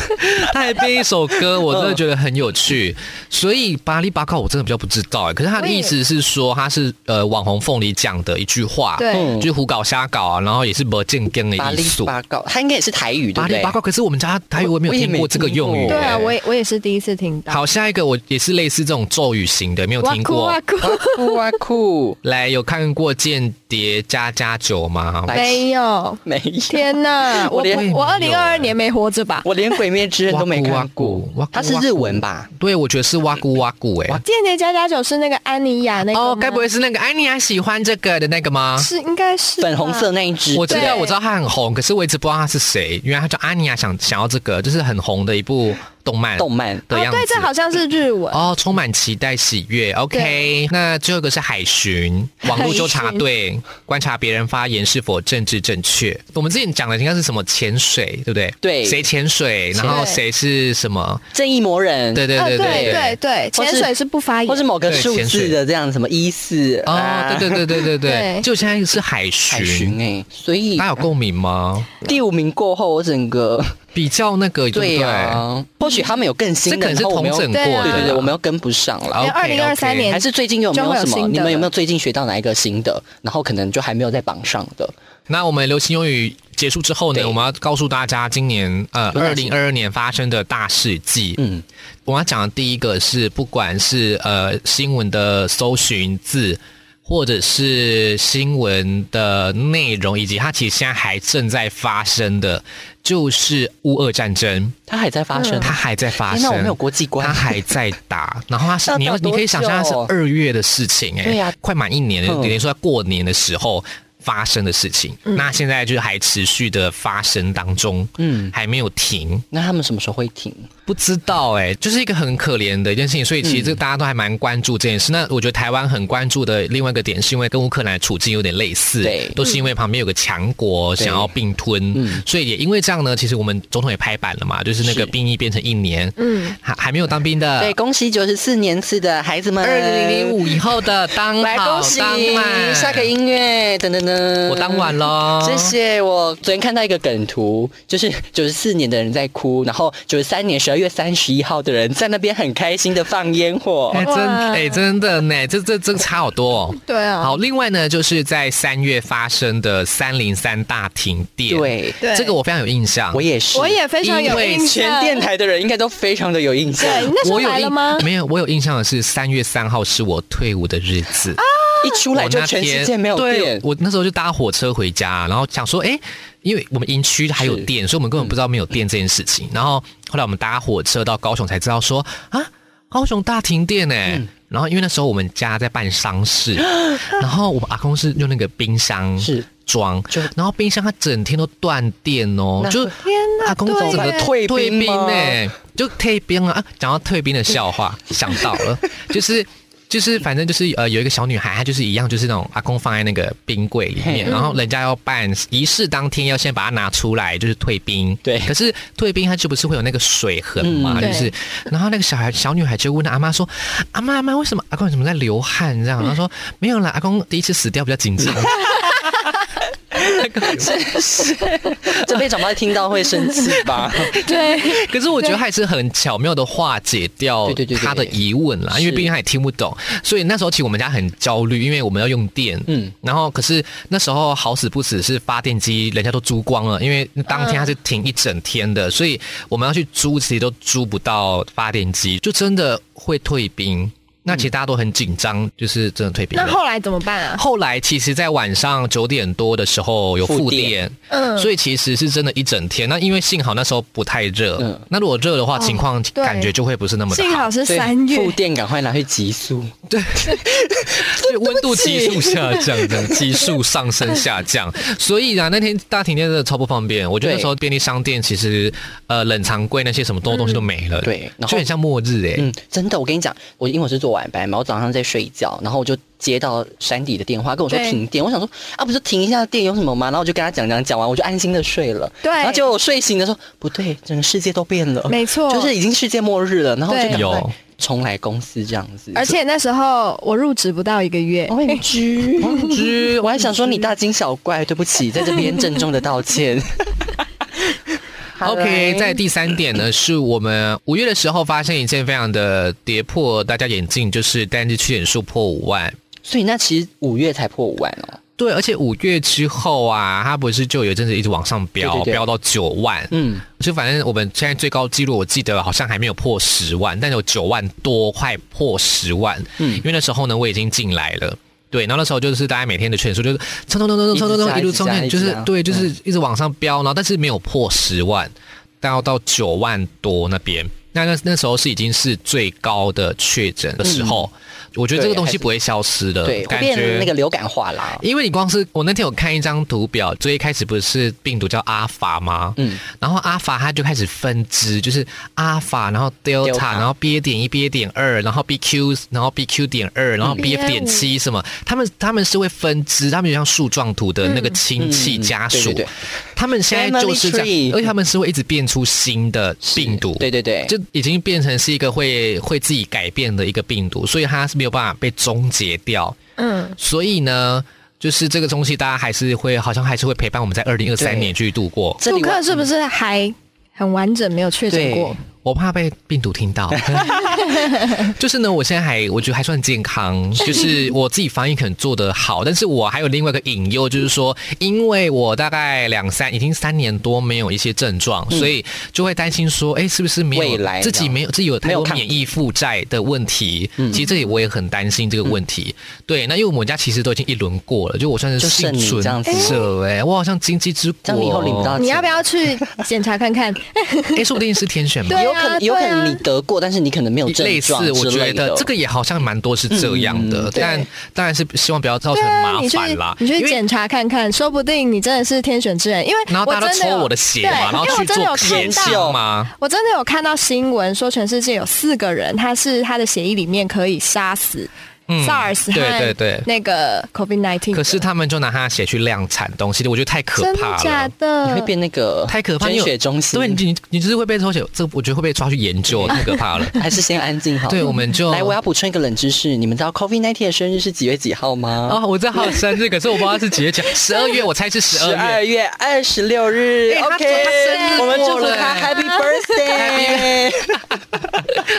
[SPEAKER 1] 他还编一首歌，我真的觉得很有趣。所以巴黎巴告我真的比较不知道、欸，可是他的意思是说，他是呃网红凤梨讲的一句话，
[SPEAKER 2] 对，
[SPEAKER 3] 嗯
[SPEAKER 1] 就是胡搞瞎搞啊，然后也是不正经的
[SPEAKER 3] 巴
[SPEAKER 1] 艺
[SPEAKER 3] 里
[SPEAKER 1] 术。
[SPEAKER 3] 巴告，它应该也是台语，对
[SPEAKER 1] 巴
[SPEAKER 3] 不
[SPEAKER 1] 黎
[SPEAKER 3] 对
[SPEAKER 1] 巴？告，可是我们家台语我也没有
[SPEAKER 3] 我也
[SPEAKER 1] 听
[SPEAKER 3] 没
[SPEAKER 1] 过这个
[SPEAKER 3] 听
[SPEAKER 1] 用语、
[SPEAKER 3] 过
[SPEAKER 2] 对啊，
[SPEAKER 1] 欸
[SPEAKER 2] 我也我也是第一次听到。
[SPEAKER 1] 好，下一个我也是类似这种咒语型的，没有
[SPEAKER 2] 哇
[SPEAKER 1] 听
[SPEAKER 2] 酷
[SPEAKER 1] 过
[SPEAKER 2] 哇。酷，
[SPEAKER 3] 酷啊酷，
[SPEAKER 1] 来，有看过《间谍加加酒》吗？
[SPEAKER 3] 来
[SPEAKER 2] 没有，
[SPEAKER 3] 没有，
[SPEAKER 2] 天哪，
[SPEAKER 3] 我
[SPEAKER 2] 我
[SPEAKER 3] 连
[SPEAKER 2] 我二零
[SPEAKER 1] 哎
[SPEAKER 2] 二二年没活着吧？
[SPEAKER 3] 我连《鬼灭之刃》都没看过
[SPEAKER 1] 哇酷哇酷哇酷，
[SPEAKER 3] 它是日文吧？
[SPEAKER 1] 对，我觉得是哇咕哇咕哎、
[SPEAKER 2] 间谍加加酒是那个安妮亚那个
[SPEAKER 1] 哦，
[SPEAKER 2] 哎吗
[SPEAKER 1] 该不会是那个安妮亚喜欢这个的那个吗？
[SPEAKER 2] 是应该是吧
[SPEAKER 3] 粉红色那一只，
[SPEAKER 1] 我知道，
[SPEAKER 2] 对
[SPEAKER 1] 我知道他很红，可是我一直不知道他是谁。原来他叫安妮亚，想想要这个，就是很红的一部动漫
[SPEAKER 3] 动漫
[SPEAKER 1] 的
[SPEAKER 2] 哦，
[SPEAKER 1] 样子。
[SPEAKER 2] 对，这好像是日文。
[SPEAKER 1] 哦，充满期待喜悦。OK，那最后一个是海 巡网络纠察队，观察别人发言是否政治正确。我们之前讲的应该是什么潜水，对不对？
[SPEAKER 3] 对
[SPEAKER 1] 谁潜水，然后谁是什么？
[SPEAKER 3] 正义魔人，
[SPEAKER 1] 对对
[SPEAKER 2] 啊
[SPEAKER 1] 对
[SPEAKER 2] 对对对，
[SPEAKER 3] 或是
[SPEAKER 2] 潜水是不发
[SPEAKER 3] 或是
[SPEAKER 2] 言，
[SPEAKER 3] 某个
[SPEAKER 1] 对
[SPEAKER 3] 数
[SPEAKER 1] 潜水
[SPEAKER 3] 字的这样什么一四
[SPEAKER 1] 哦，对对对对对 对，
[SPEAKER 2] 对
[SPEAKER 1] 就现在是海
[SPEAKER 3] 啊海巡
[SPEAKER 1] 巡，
[SPEAKER 3] 哎，所以
[SPEAKER 1] 大家有共鸣吗？
[SPEAKER 3] 第五名过后，我整个
[SPEAKER 1] 比较那个，对不对？
[SPEAKER 3] 啊，或许他们有更
[SPEAKER 1] 这
[SPEAKER 3] 新
[SPEAKER 1] 可
[SPEAKER 3] 的，
[SPEAKER 1] 能是
[SPEAKER 3] 然后我
[SPEAKER 1] 同
[SPEAKER 3] 没有
[SPEAKER 1] 整过
[SPEAKER 2] 对啊
[SPEAKER 1] 的，
[SPEAKER 3] 对对对，我没有跟不上了。
[SPEAKER 1] OK，OK。
[SPEAKER 2] 因为2023年
[SPEAKER 3] 还是最近有哎没
[SPEAKER 2] 就会有
[SPEAKER 3] 有什么？
[SPEAKER 2] 新的
[SPEAKER 3] 你们有没有最近学到哪一个新的？然后可能就还没有在榜上的。
[SPEAKER 1] 那我们流行用语结束之后呢，
[SPEAKER 3] 对
[SPEAKER 1] 我们要告诉大家今年呃
[SPEAKER 3] 有
[SPEAKER 1] 二
[SPEAKER 3] 哪些
[SPEAKER 1] 零二二年发生的大事记。
[SPEAKER 3] 嗯，
[SPEAKER 1] 我要讲的第一个是，不管是呃新闻的搜寻字，或者是新闻的内容，以及它其实现在还正在发生的，就是乌俄战争，
[SPEAKER 3] 它还在发生，
[SPEAKER 1] 它还在发
[SPEAKER 3] 天
[SPEAKER 1] 生。
[SPEAKER 3] 哪嗯哎我没有国际观
[SPEAKER 1] 它还在打， 然后它是
[SPEAKER 3] 要
[SPEAKER 1] 你要
[SPEAKER 3] 打多
[SPEAKER 1] 你可以想象它是
[SPEAKER 3] 久
[SPEAKER 1] 二月的事情哎、
[SPEAKER 3] 对呀
[SPEAKER 1] 快满一年了，
[SPEAKER 3] 嗯
[SPEAKER 1] 等于说在过年的时候发生的事情。那现在就是还持续的发生当中，嗯
[SPEAKER 3] 嗯，
[SPEAKER 1] 还没有停。
[SPEAKER 3] 那他们什么时候会停？
[SPEAKER 1] 不知道哎、就是一个很可怜的一件事情，所以其
[SPEAKER 3] 嗯
[SPEAKER 1] 实这个大家都还蛮关注这件事。那我觉得台湾很关注的另外一个点，是因为跟乌克兰的处境有点类似，
[SPEAKER 3] 对
[SPEAKER 1] 都是因为旁边有个强国想要并吞，
[SPEAKER 3] 嗯
[SPEAKER 1] 所以也因为这样呢，其实我们总统也拍板了嘛，就是那个
[SPEAKER 3] 是
[SPEAKER 1] 兵役变成一年，
[SPEAKER 2] 嗯，
[SPEAKER 1] 还还没有当兵的，
[SPEAKER 3] 对，恭喜九十四年次的孩子们，
[SPEAKER 1] 啊二零零五以后的当
[SPEAKER 3] 来
[SPEAKER 1] 好
[SPEAKER 3] 恭喜
[SPEAKER 1] 当满，
[SPEAKER 3] 下个音乐，等等等，
[SPEAKER 1] 我当哦完喽，
[SPEAKER 3] 谢谢。我昨天看到一个梗图，就是九十四年的人在哭，然后九十三年十二月三十一号的人在那边很开心的放烟火
[SPEAKER 1] 哎、。真
[SPEAKER 2] 哇
[SPEAKER 1] 哎、真的呢，这这这个差好多、哦。
[SPEAKER 2] 对啊，
[SPEAKER 1] 好，另外呢，就是在三月发生的三零三大停电，，
[SPEAKER 3] 对，
[SPEAKER 2] 对，
[SPEAKER 1] 这个我非常有印象。
[SPEAKER 3] 我也是，
[SPEAKER 2] 我也非常有
[SPEAKER 1] 因为
[SPEAKER 2] 印象。
[SPEAKER 3] 全电台的人应该都非常的有印象。
[SPEAKER 2] 对，你那时候
[SPEAKER 1] 我有
[SPEAKER 2] 来了
[SPEAKER 1] 印
[SPEAKER 2] 吗？
[SPEAKER 1] 没有，我有印象的是三月三号是我退伍的日子，
[SPEAKER 3] 一出来
[SPEAKER 1] 我
[SPEAKER 3] 就
[SPEAKER 1] 那
[SPEAKER 3] 全世
[SPEAKER 1] 天
[SPEAKER 3] 界没有
[SPEAKER 1] 对
[SPEAKER 3] 电，
[SPEAKER 1] 我那时候就搭火车回家，然后想说，哎，因为我们营区还有
[SPEAKER 3] 是
[SPEAKER 1] 电，所以我们根本不知道没有电这件事情。然后后来我们搭火车到高雄才知道说，啊，高雄大停电呢、
[SPEAKER 3] 嗯
[SPEAKER 1] 然后因为那时候我们家在办丧 事，然后我们阿公是用那个冰箱
[SPEAKER 3] 是
[SPEAKER 1] 装
[SPEAKER 3] 就，
[SPEAKER 1] 然后冰箱它整天都断电哦，
[SPEAKER 3] 那
[SPEAKER 1] 就
[SPEAKER 2] 天哪，
[SPEAKER 1] 阿公
[SPEAKER 2] 对
[SPEAKER 1] 整个
[SPEAKER 2] 耶
[SPEAKER 1] 退退
[SPEAKER 3] 退兵
[SPEAKER 1] 哎兵呢、
[SPEAKER 3] 吗
[SPEAKER 1] 就退兵啊！啊讲到退兵的笑话，想到了，就是就是反正就是呃，有一个小女孩，她就是一样，就是那种阿公放在那个冰柜里面，
[SPEAKER 3] 嘿
[SPEAKER 1] 然后人家要办仪式当天要先把它拿出来，就是退冰。
[SPEAKER 3] 对
[SPEAKER 1] 可是退冰它就不是会有那个水痕嘛，
[SPEAKER 2] 嗯
[SPEAKER 1] 就是，然后那个小孩小女孩就问阿妈说：“阿妈阿妈，为什么阿公你怎么在流汗这样？”然后说：“没有啦，阿公第一次死掉比较紧张。”
[SPEAKER 3] 这被长辈听到会生气吧？
[SPEAKER 2] 对，
[SPEAKER 1] 可是我觉得他也是很巧妙的化解掉
[SPEAKER 3] 对对对对
[SPEAKER 1] 他的疑问啦，
[SPEAKER 3] 是
[SPEAKER 1] 因为毕竟他也听不懂，所以那时候其实我们家很焦虑，因为我们要用电，嗯
[SPEAKER 3] 嗯，
[SPEAKER 1] 然后可是那时候好死不死是发电机人家都租光了，因为当天他是停一整天
[SPEAKER 3] 嗯
[SPEAKER 1] 的，所以我们要去租，其实都租不到发电机，就真的会退兵。
[SPEAKER 3] 嗯
[SPEAKER 1] 那其实大家都很紧张，就是真的退兵
[SPEAKER 2] 那
[SPEAKER 1] 了。
[SPEAKER 2] 后来怎么办啊？
[SPEAKER 1] 后来其实，在晚上九点多的时候有复
[SPEAKER 3] 复
[SPEAKER 1] 电
[SPEAKER 3] 电，
[SPEAKER 2] 嗯，
[SPEAKER 1] 所以其实是真的一整天。那因为幸好那时候不太热，
[SPEAKER 3] 嗯
[SPEAKER 1] 那如果热的话，情况
[SPEAKER 2] 对
[SPEAKER 1] 感觉就会不是那么的
[SPEAKER 2] 幸
[SPEAKER 1] 好，
[SPEAKER 2] 好是
[SPEAKER 3] 所以
[SPEAKER 2] 三月，
[SPEAKER 3] 复电赶快拿去急速。
[SPEAKER 1] 就温度急速下降，这 样急速上升下 降。所以啊，那天大停电真的超不方便。我觉得
[SPEAKER 3] 对
[SPEAKER 1] 那时候便利商店其实呃冷藏柜那些什么多东西都没了，
[SPEAKER 3] 对然后
[SPEAKER 1] 就很像末日哎、
[SPEAKER 3] 嗯，真的，我跟你讲，我因为我是做晚班嘛，我早上在睡觉，然后我就接到山底的电话，跟我说
[SPEAKER 2] 对
[SPEAKER 3] 停电。我想说啊，不是停一下电有什么吗？然后我就跟他讲讲讲完，我就安心的睡了。
[SPEAKER 2] 对
[SPEAKER 3] 然后结果我睡醒的时候，不对，整个世界都变了，
[SPEAKER 2] 没错
[SPEAKER 3] 就是已经世界末日了。然后我就
[SPEAKER 2] 对
[SPEAKER 3] 赶快
[SPEAKER 1] 有
[SPEAKER 3] 重来公司这样子，
[SPEAKER 2] 而且那时候我入职不到一个 月，
[SPEAKER 3] O M G，我还想说你大惊小怪，对不起，在这边郑重的 道歉。好
[SPEAKER 1] OK，
[SPEAKER 3] 来
[SPEAKER 1] 在第三点 呢，是我们五月的时候发现一件非常的跌破大家眼镜，就是单日确诊数破五万。
[SPEAKER 3] 所以那其实五月才破五万哦，
[SPEAKER 1] 对，而且五月之后啊，它不是就有一阵子一直往上飙，
[SPEAKER 3] 对对对
[SPEAKER 1] 飙到九万。
[SPEAKER 3] 嗯，
[SPEAKER 1] 就反正我们现在最高纪录，我记得好像还没有破十万，但有九万多，快破十万。嗯
[SPEAKER 3] 嗯，
[SPEAKER 1] 因为那时候呢，我已经进来了。对，然后那时候就是大家每天的劝说，就是冲冲冲冲冲冲冲，一
[SPEAKER 3] 一
[SPEAKER 1] 路
[SPEAKER 3] 直
[SPEAKER 1] 冲
[SPEAKER 3] 加
[SPEAKER 1] 进，
[SPEAKER 3] 一
[SPEAKER 1] 就
[SPEAKER 3] 直
[SPEAKER 1] 是
[SPEAKER 3] 加一直加嗯
[SPEAKER 1] 对，就是一直往上飙，然后但是没有破十万，但要到九万多那边。那那那时候是已经是最高的确诊的时候，我觉得这个
[SPEAKER 3] 嗯对
[SPEAKER 1] 东
[SPEAKER 3] 还
[SPEAKER 1] 西
[SPEAKER 3] 是
[SPEAKER 1] 不会消失的，
[SPEAKER 3] 对，会
[SPEAKER 1] 呃感
[SPEAKER 3] 变
[SPEAKER 1] 觉
[SPEAKER 3] 那个流感化啦。
[SPEAKER 1] 因为你光是我那天有看一张图表，最一开始不是病毒叫阿法吗？嗯
[SPEAKER 3] 嗯，
[SPEAKER 1] 然后阿法它就开始分支，就是阿法，然后 delta，
[SPEAKER 3] Delta
[SPEAKER 1] 然后 B 点一、B 点二，然后 BQ，然后 BQ 点二，然后 BF 点七什么，他们他们是会分支，他们就像树状图的那个亲戚家属，
[SPEAKER 3] 嗯嗯对对对
[SPEAKER 1] 他们现在就是这
[SPEAKER 3] Family
[SPEAKER 1] 样，
[SPEAKER 3] tree
[SPEAKER 1] 而且他们是会一直变出新的病毒，
[SPEAKER 3] 对对对，
[SPEAKER 1] 就已经变成是一个会会自己改变的一个病毒，所以它是没有办法被终结掉。
[SPEAKER 2] 嗯，
[SPEAKER 1] 所以呢，就是这个东西，大家还是会好像还是会陪伴我们在二零二三
[SPEAKER 3] 对
[SPEAKER 1] 年去度过。
[SPEAKER 3] 这
[SPEAKER 2] 顾
[SPEAKER 3] 里我
[SPEAKER 2] 客是不是还很完整，没有确诊
[SPEAKER 3] 对
[SPEAKER 2] 过？
[SPEAKER 1] 我怕被病毒听 到，就是呢，我现在还我觉得还算健康，就是我自己防疫可能做得好，但是我还有另外一个隐忧，就是说，因为我大概两三已经三年多没有一些症状，所以就会担心说，哎、是不是没有
[SPEAKER 3] 嗯未来
[SPEAKER 1] 自己没有自己有太
[SPEAKER 3] 没有嗯
[SPEAKER 1] 多
[SPEAKER 3] 抗
[SPEAKER 1] 免疫负债的问题？其实这里我也很担心这个问题。对，那因为我们家其实都已经一轮过了，就我算是
[SPEAKER 3] 嗯就
[SPEAKER 1] 幸
[SPEAKER 3] 剩你
[SPEAKER 1] 存
[SPEAKER 3] 这样子
[SPEAKER 1] 者哎、我好像经济之
[SPEAKER 3] 这样你以后领不到
[SPEAKER 1] 国，
[SPEAKER 3] 钱
[SPEAKER 2] 你要不要去检查看看？
[SPEAKER 1] 哎、说不定是天选吧。
[SPEAKER 2] 对啊
[SPEAKER 3] 有可能有可
[SPEAKER 2] 对啊
[SPEAKER 3] 能你得过，但是你可能没有症
[SPEAKER 1] 类似
[SPEAKER 3] 状，之
[SPEAKER 1] 我觉
[SPEAKER 3] 类
[SPEAKER 1] 得
[SPEAKER 3] 的
[SPEAKER 1] 这个也好像蛮多是这样的，
[SPEAKER 3] 嗯对
[SPEAKER 1] 但当然是希望不要造成麻
[SPEAKER 2] 啊你去
[SPEAKER 1] 烦啦。
[SPEAKER 2] 你
[SPEAKER 1] 因
[SPEAKER 2] 去
[SPEAKER 1] 为
[SPEAKER 2] 检查看看，说不定你真的是天选之人，因为
[SPEAKER 1] 然后
[SPEAKER 2] 我
[SPEAKER 1] 大家都
[SPEAKER 2] 真的
[SPEAKER 1] 抽
[SPEAKER 2] 有
[SPEAKER 1] 我的血
[SPEAKER 2] 对
[SPEAKER 1] 嘛，然后
[SPEAKER 2] 因为我
[SPEAKER 1] 去
[SPEAKER 2] 真的有
[SPEAKER 1] 做
[SPEAKER 2] 看
[SPEAKER 1] 撇
[SPEAKER 3] 研
[SPEAKER 2] 到
[SPEAKER 3] 究。
[SPEAKER 1] 清吗？
[SPEAKER 2] 我真的有看到新闻说，全世界有四个人，他是他的血液里面可以杀死
[SPEAKER 1] 嗯
[SPEAKER 2] SARS
[SPEAKER 1] 对对
[SPEAKER 2] 和
[SPEAKER 1] 对
[SPEAKER 2] 那个 COVID nineteen。
[SPEAKER 1] 可是他们就拿他的血去量产东西，我觉得太可
[SPEAKER 2] 真的
[SPEAKER 1] 怕啊
[SPEAKER 2] 假
[SPEAKER 1] 了。
[SPEAKER 2] 的？
[SPEAKER 3] 你会变那个
[SPEAKER 1] 太可怕
[SPEAKER 3] 捐
[SPEAKER 1] 因为
[SPEAKER 3] 血中心，
[SPEAKER 1] 对你，你你就是会被抽血，这我觉得会被抓去研 究，太可怕了。
[SPEAKER 3] 还是先安静好。
[SPEAKER 2] 嗯
[SPEAKER 1] 对，我。们就
[SPEAKER 3] 来，我要补充一个冷知识，你们知道 COVID 19的生日是几月几号吗？
[SPEAKER 1] 哦，我知道他有生日，可是我不知道是几月几，十二月，我猜是十
[SPEAKER 3] 十
[SPEAKER 1] 二
[SPEAKER 3] 二
[SPEAKER 1] 月。
[SPEAKER 3] 月二十六日
[SPEAKER 1] 哎他
[SPEAKER 3] ，OK，
[SPEAKER 1] 他生日
[SPEAKER 3] 我们祝
[SPEAKER 1] 过
[SPEAKER 3] 福
[SPEAKER 1] 了
[SPEAKER 3] 他 Happy Birthday，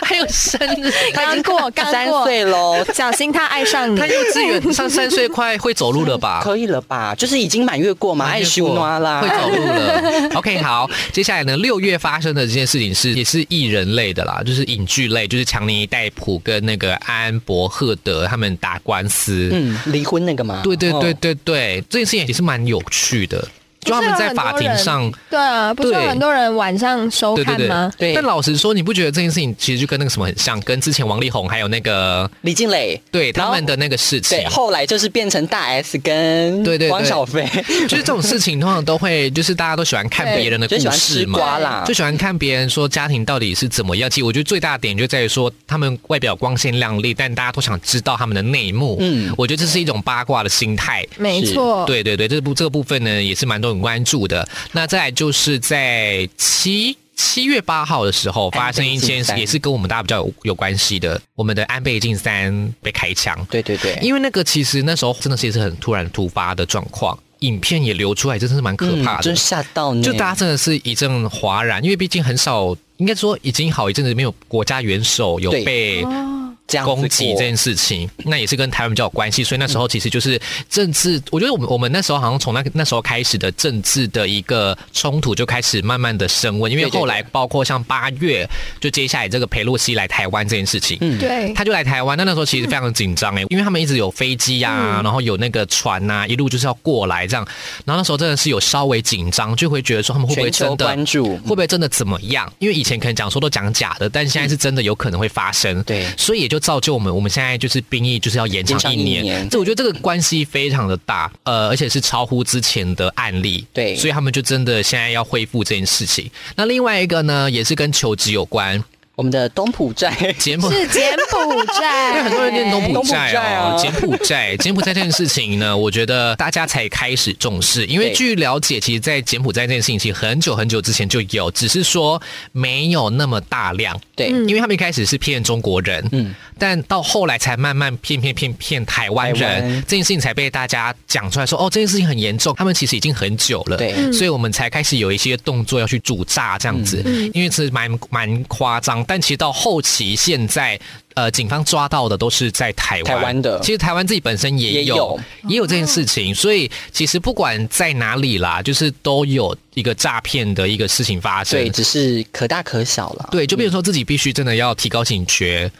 [SPEAKER 1] 还有生日，
[SPEAKER 3] 他已
[SPEAKER 2] 刚
[SPEAKER 3] 经
[SPEAKER 2] 过，刚
[SPEAKER 3] 三
[SPEAKER 2] 过，
[SPEAKER 3] 岁喽，
[SPEAKER 2] 小心他爱上你
[SPEAKER 1] 他。幼稚园上三岁快会走路了吧？
[SPEAKER 3] 可以了吧？就是已经满月过嘛，爱修诺
[SPEAKER 1] 会
[SPEAKER 3] 啦，
[SPEAKER 1] 走路了。OK，好，接下来呢，六月发生的这件事情是也是艺人类的啦，就是影剧类，就是强尼戴普跟那个安伯赫德他们打官司。
[SPEAKER 3] 嗯，离婚那个嘛，
[SPEAKER 1] 对对对
[SPEAKER 3] 哦，
[SPEAKER 1] 对对，这件事情也是蛮有趣的。就他们在法庭上，
[SPEAKER 2] 对啊，不是有
[SPEAKER 1] 对
[SPEAKER 2] 很多人晚上收
[SPEAKER 1] 对对
[SPEAKER 2] 看
[SPEAKER 1] 对
[SPEAKER 2] 吗？
[SPEAKER 3] 对
[SPEAKER 1] 但老实说，你不觉得这件事情其实就跟那个什么很像，跟之前王力宏还有那个
[SPEAKER 3] 李静蕾，
[SPEAKER 1] 对
[SPEAKER 3] 然
[SPEAKER 1] 他
[SPEAKER 3] 后
[SPEAKER 1] 们的那个事情
[SPEAKER 3] 对，，后来就是变成大 S 跟
[SPEAKER 1] 对对对
[SPEAKER 3] 汪小菲，
[SPEAKER 1] 就是这种事情通常都会，就是大家都喜欢看
[SPEAKER 2] 对
[SPEAKER 1] 别人的故
[SPEAKER 3] 就喜欢吃
[SPEAKER 1] 事嘛，
[SPEAKER 3] 瓜啦
[SPEAKER 1] 就。喜欢看别人说家庭到底是怎么样。其实我觉得最大的点就在于说，他们外表光鲜亮丽，但大家都想知道他们的内幕。
[SPEAKER 3] 嗯
[SPEAKER 1] 嗯，我觉得这是一种八卦的心态。
[SPEAKER 2] 没错，
[SPEAKER 1] 对对对，这部这个部分呢也是蛮多人关注的。那再来就是在七七月八号的时候发生一
[SPEAKER 3] 安倍晋
[SPEAKER 1] 件
[SPEAKER 3] 三
[SPEAKER 1] 也是跟我们大家比较有有关系的，我们的安倍晋三被开枪。
[SPEAKER 3] 对对对，
[SPEAKER 1] 因为那个其实那时候真的是也是很突然突发的状况，影片也流出来，真的是蛮可怕的。
[SPEAKER 3] 嗯真吓到你，
[SPEAKER 1] 就大家真的是一阵哗然，因为毕竟很少，应该说已经好一阵子没有国家元首有
[SPEAKER 3] 对
[SPEAKER 1] 被
[SPEAKER 2] 哦，
[SPEAKER 3] 这样子
[SPEAKER 1] 攻击
[SPEAKER 3] 过
[SPEAKER 1] 这件事情，那也是跟台湾比较有关系，所以那时候其实就是政治，我觉得我们我们那时候好像从那个那时候开始的政治的一个冲突就开始慢慢的升温，因为
[SPEAKER 3] 对对对
[SPEAKER 1] 后来包括像八月就接下来这个佩洛西来台湾这件事情，
[SPEAKER 3] 嗯
[SPEAKER 2] 对，
[SPEAKER 1] 他就来台湾，那那时候其实非常紧张哎，因为他们一直有飞机呀、
[SPEAKER 3] 嗯
[SPEAKER 1] 然后有那个船呐、一路就是要过来这样。然后那时候真的是有稍微紧张，就会觉得说他们会不会
[SPEAKER 3] 全球
[SPEAKER 1] 真的
[SPEAKER 3] 关注，
[SPEAKER 1] 会不会真的怎么样？因为以前可能讲说都讲假的，但现在是真的有可能会发生。
[SPEAKER 3] 对
[SPEAKER 1] 所以也就造就我们我们现在就是兵役就是要延长
[SPEAKER 3] 延长
[SPEAKER 1] 一
[SPEAKER 3] 一年
[SPEAKER 1] 年。这我觉得这个关系非常的大，呃，而且是超乎之前的案例。
[SPEAKER 3] 对
[SPEAKER 1] 所以他们就真的现在要恢复这件事情。那另外一个呢，也是跟求职有关，
[SPEAKER 3] 我们的东浦 站
[SPEAKER 1] 柬埔
[SPEAKER 2] 是柬 埔寨，
[SPEAKER 1] 因为很多人念东
[SPEAKER 3] 东
[SPEAKER 1] 埔
[SPEAKER 3] 埔
[SPEAKER 1] 寨
[SPEAKER 3] 寨啊
[SPEAKER 1] 哦，柬埔寨，柬埔寨这件事情呢，我觉得大家才开始重视，因为
[SPEAKER 3] 对
[SPEAKER 1] 据了解，其实，在柬埔寨这件事情，其实很久很久之前就有，只是说没有那么大量，
[SPEAKER 3] 对，
[SPEAKER 2] 嗯
[SPEAKER 1] 因为他们一开始是骗中国人，
[SPEAKER 3] 嗯
[SPEAKER 1] 嗯，但到后来才慢慢骗骗骗骗台湾
[SPEAKER 3] 台湾
[SPEAKER 1] 人，这件事情才被大家讲出来说，哦，这件事情很严重，他们其实已经很久了，
[SPEAKER 3] 对
[SPEAKER 1] 所以我们才开始有一些动作要去主炸这样子，因为其实蛮蛮夸张，但其实到后期现在。呃，警方抓到的都是在台湾，
[SPEAKER 3] 台湾的
[SPEAKER 1] 其实台湾自己本身也
[SPEAKER 3] 也
[SPEAKER 1] 有
[SPEAKER 3] 有
[SPEAKER 1] 也有这件事情，所以其实不管在哪里啦，就是都有一个诈骗的一个事情发生。
[SPEAKER 3] 对，只是可大可小了。
[SPEAKER 1] 对，就比如说自己必须真的要提高警觉。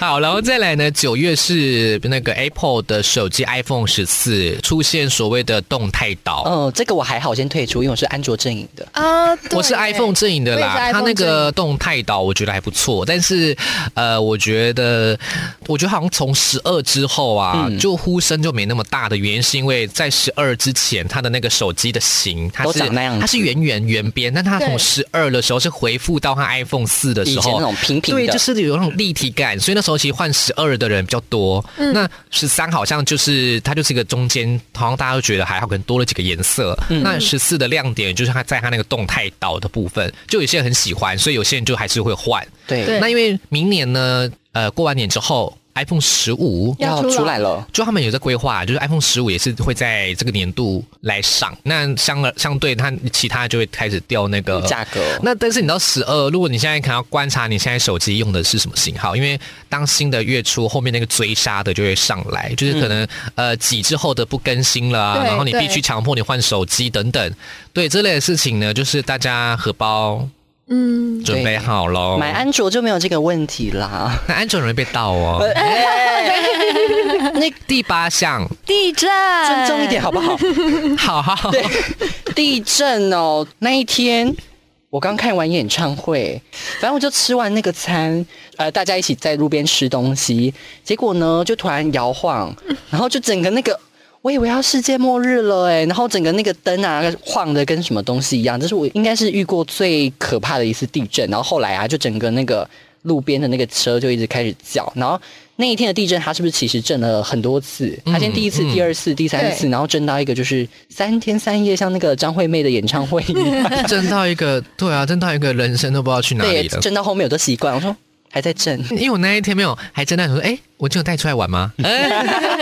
[SPEAKER 1] 好，然后再来呢？九月是那个 Apple 的手机 iPhone 十四出现所谓的动态岛。
[SPEAKER 3] 嗯，这个我还好，先退出，因为我是安卓阵营的。
[SPEAKER 2] 啊，
[SPEAKER 1] 我是
[SPEAKER 2] 对
[SPEAKER 1] iPhone 阵营的
[SPEAKER 2] 我也是
[SPEAKER 1] 啦，它
[SPEAKER 2] iPhone
[SPEAKER 1] 那
[SPEAKER 2] 阵
[SPEAKER 1] 个动态岛我觉得还不错，但是呃，我觉得我觉得好像从十二之后啊，
[SPEAKER 3] 嗯
[SPEAKER 1] 就呼声就没那么大的原因是因为在十二之前，它的那个手机的型它
[SPEAKER 3] 都
[SPEAKER 1] 是
[SPEAKER 3] 长那样子
[SPEAKER 1] 它是圆圆圆边，但它从
[SPEAKER 2] 对
[SPEAKER 1] 十二的时候是回复到它 iPhone 四的时
[SPEAKER 3] 以前
[SPEAKER 1] 候
[SPEAKER 3] 那种平平的
[SPEAKER 1] 对，就是有那种嗯立体感，所以那时候其实换十二的人比较多，那十三好像就是它就是一个中间，好像大家都觉得还好，可能多了几个颜色，那十四的亮点就是它在它那个动态岛的部分，就有些人很喜欢，所以有些人就还是会换。
[SPEAKER 3] 对，
[SPEAKER 2] 对
[SPEAKER 1] 那因为明年呢，呃，过完年之后，iPhone 十五
[SPEAKER 2] 要
[SPEAKER 3] 要
[SPEAKER 2] 出
[SPEAKER 3] 出
[SPEAKER 2] 来
[SPEAKER 3] 来了。
[SPEAKER 1] 就他们有在规划，就是 iPhone 十五也是会在这个年度来上，那相了相对它其他就会开始掉那个
[SPEAKER 3] 价格
[SPEAKER 1] 呃那但是你到十二，如果你现在可能要观察你现在手机用的是什么型号，因为当新的月初后面那个追杀的就会上来，就是
[SPEAKER 3] 嗯
[SPEAKER 1] 可能、呃几之后的不更新了、啊，
[SPEAKER 2] 对
[SPEAKER 1] 然后你必
[SPEAKER 2] 对
[SPEAKER 1] 须强迫你换手机等等，对这类的事情呢，就是大家荷包
[SPEAKER 2] 嗯，
[SPEAKER 1] 准备好喽。
[SPEAKER 3] 买安卓就没有这个问题啦。
[SPEAKER 1] 那安卓容易被盗哦。
[SPEAKER 3] 呃
[SPEAKER 2] 哎
[SPEAKER 1] 那第八项，
[SPEAKER 2] 地震，
[SPEAKER 3] 尊重一点好不好？
[SPEAKER 1] 好好，
[SPEAKER 3] 对，地震哦，那一天。我刚看完演唱会，反正我就吃完那个餐，呃，大家一起在路边吃东西，结果呢就突然摇晃，然后就整个那个，我以为要世界末日了哎、然后整个那个灯啊晃的跟什么东西一样，这是我应该是遇过最可怕的一次地震。然后后来啊，就整个那个路边的那个车就一直开始叫，然后那一天的地震，它是不是其实震了很多次？它先第一次、
[SPEAKER 1] 嗯嗯
[SPEAKER 3] 第二次、第三次，
[SPEAKER 2] 对
[SPEAKER 3] 然后震到一个就是三天三夜，像那个张惠妹的演唱会一 样。
[SPEAKER 1] 震到一个，对啊，震到一个人生都不知道去哪
[SPEAKER 3] 对
[SPEAKER 1] 里，了。
[SPEAKER 3] 震到后面我都习惯，我说还在震。
[SPEAKER 1] 因为我那一天没有，还真的想说，哎、我就有带出来玩吗？哎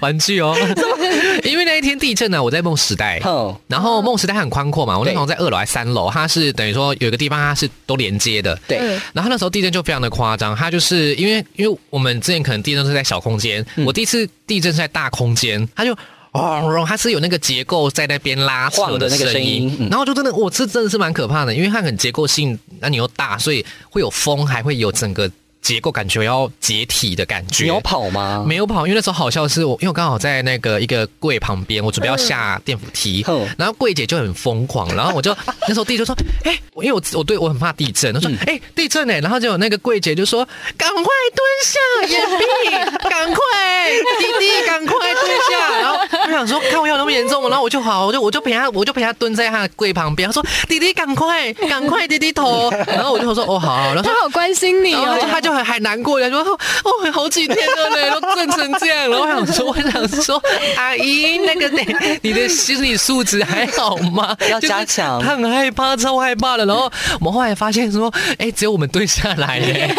[SPEAKER 1] 玩具哦，因为那一天地震啊呢，我在梦时代。
[SPEAKER 3] 哼，
[SPEAKER 1] 然后梦时代很宽阔嘛，我那时候在二楼还是三楼，它是等于说有一个地方它是都连接的，
[SPEAKER 3] 对，
[SPEAKER 2] 嗯
[SPEAKER 1] 然后那时候地震就非常的夸张，它就是因为因为我们之前可能地震是在小空间，
[SPEAKER 3] 嗯
[SPEAKER 1] 我第一次地震是在大空间，它就。哦，它是有那个结构在那边拉扯
[SPEAKER 3] 晃的那个
[SPEAKER 1] 声
[SPEAKER 3] 声音嗯
[SPEAKER 1] 然后就真的，我这真的是蛮可怕的，因为它很结构性，那你又大，所以会有风，还会有整个结构感觉要解体的感觉。
[SPEAKER 3] 你有跑吗？
[SPEAKER 1] 没有跑，因为那时候好笑是我，因为我刚好在那个一个柜旁边，我准备要下电扶梯，
[SPEAKER 3] 嗯
[SPEAKER 1] 然后柜姐就很疯狂，然后我就那时候弟就说，哎、因为我我对我很怕地震，她说，哎、地震哎、然后就有那个柜姐就说，赶快蹲下，眼闭，赶快，弟弟赶快蹲下，然后我想说，看我有那么严重吗？然后我就好，我就我就陪他，我就陪他蹲在他的柜旁边，他说，弟弟赶快，赶快，低低头，然后我就说，哦好，然后说
[SPEAKER 2] 他好关心你
[SPEAKER 1] 然
[SPEAKER 3] 啊
[SPEAKER 1] 后他就
[SPEAKER 2] 哦。
[SPEAKER 1] 他就很还难过，他说：“哦，好几天了呢，都震成这样。”然后我想说，我想说，阿姨，那个得你的心理素质还好吗？
[SPEAKER 3] 要
[SPEAKER 1] 就是
[SPEAKER 3] 加强
[SPEAKER 1] 他很害怕，超害怕的。然后我们后来发现说，哎，只有我们蹲下来耶，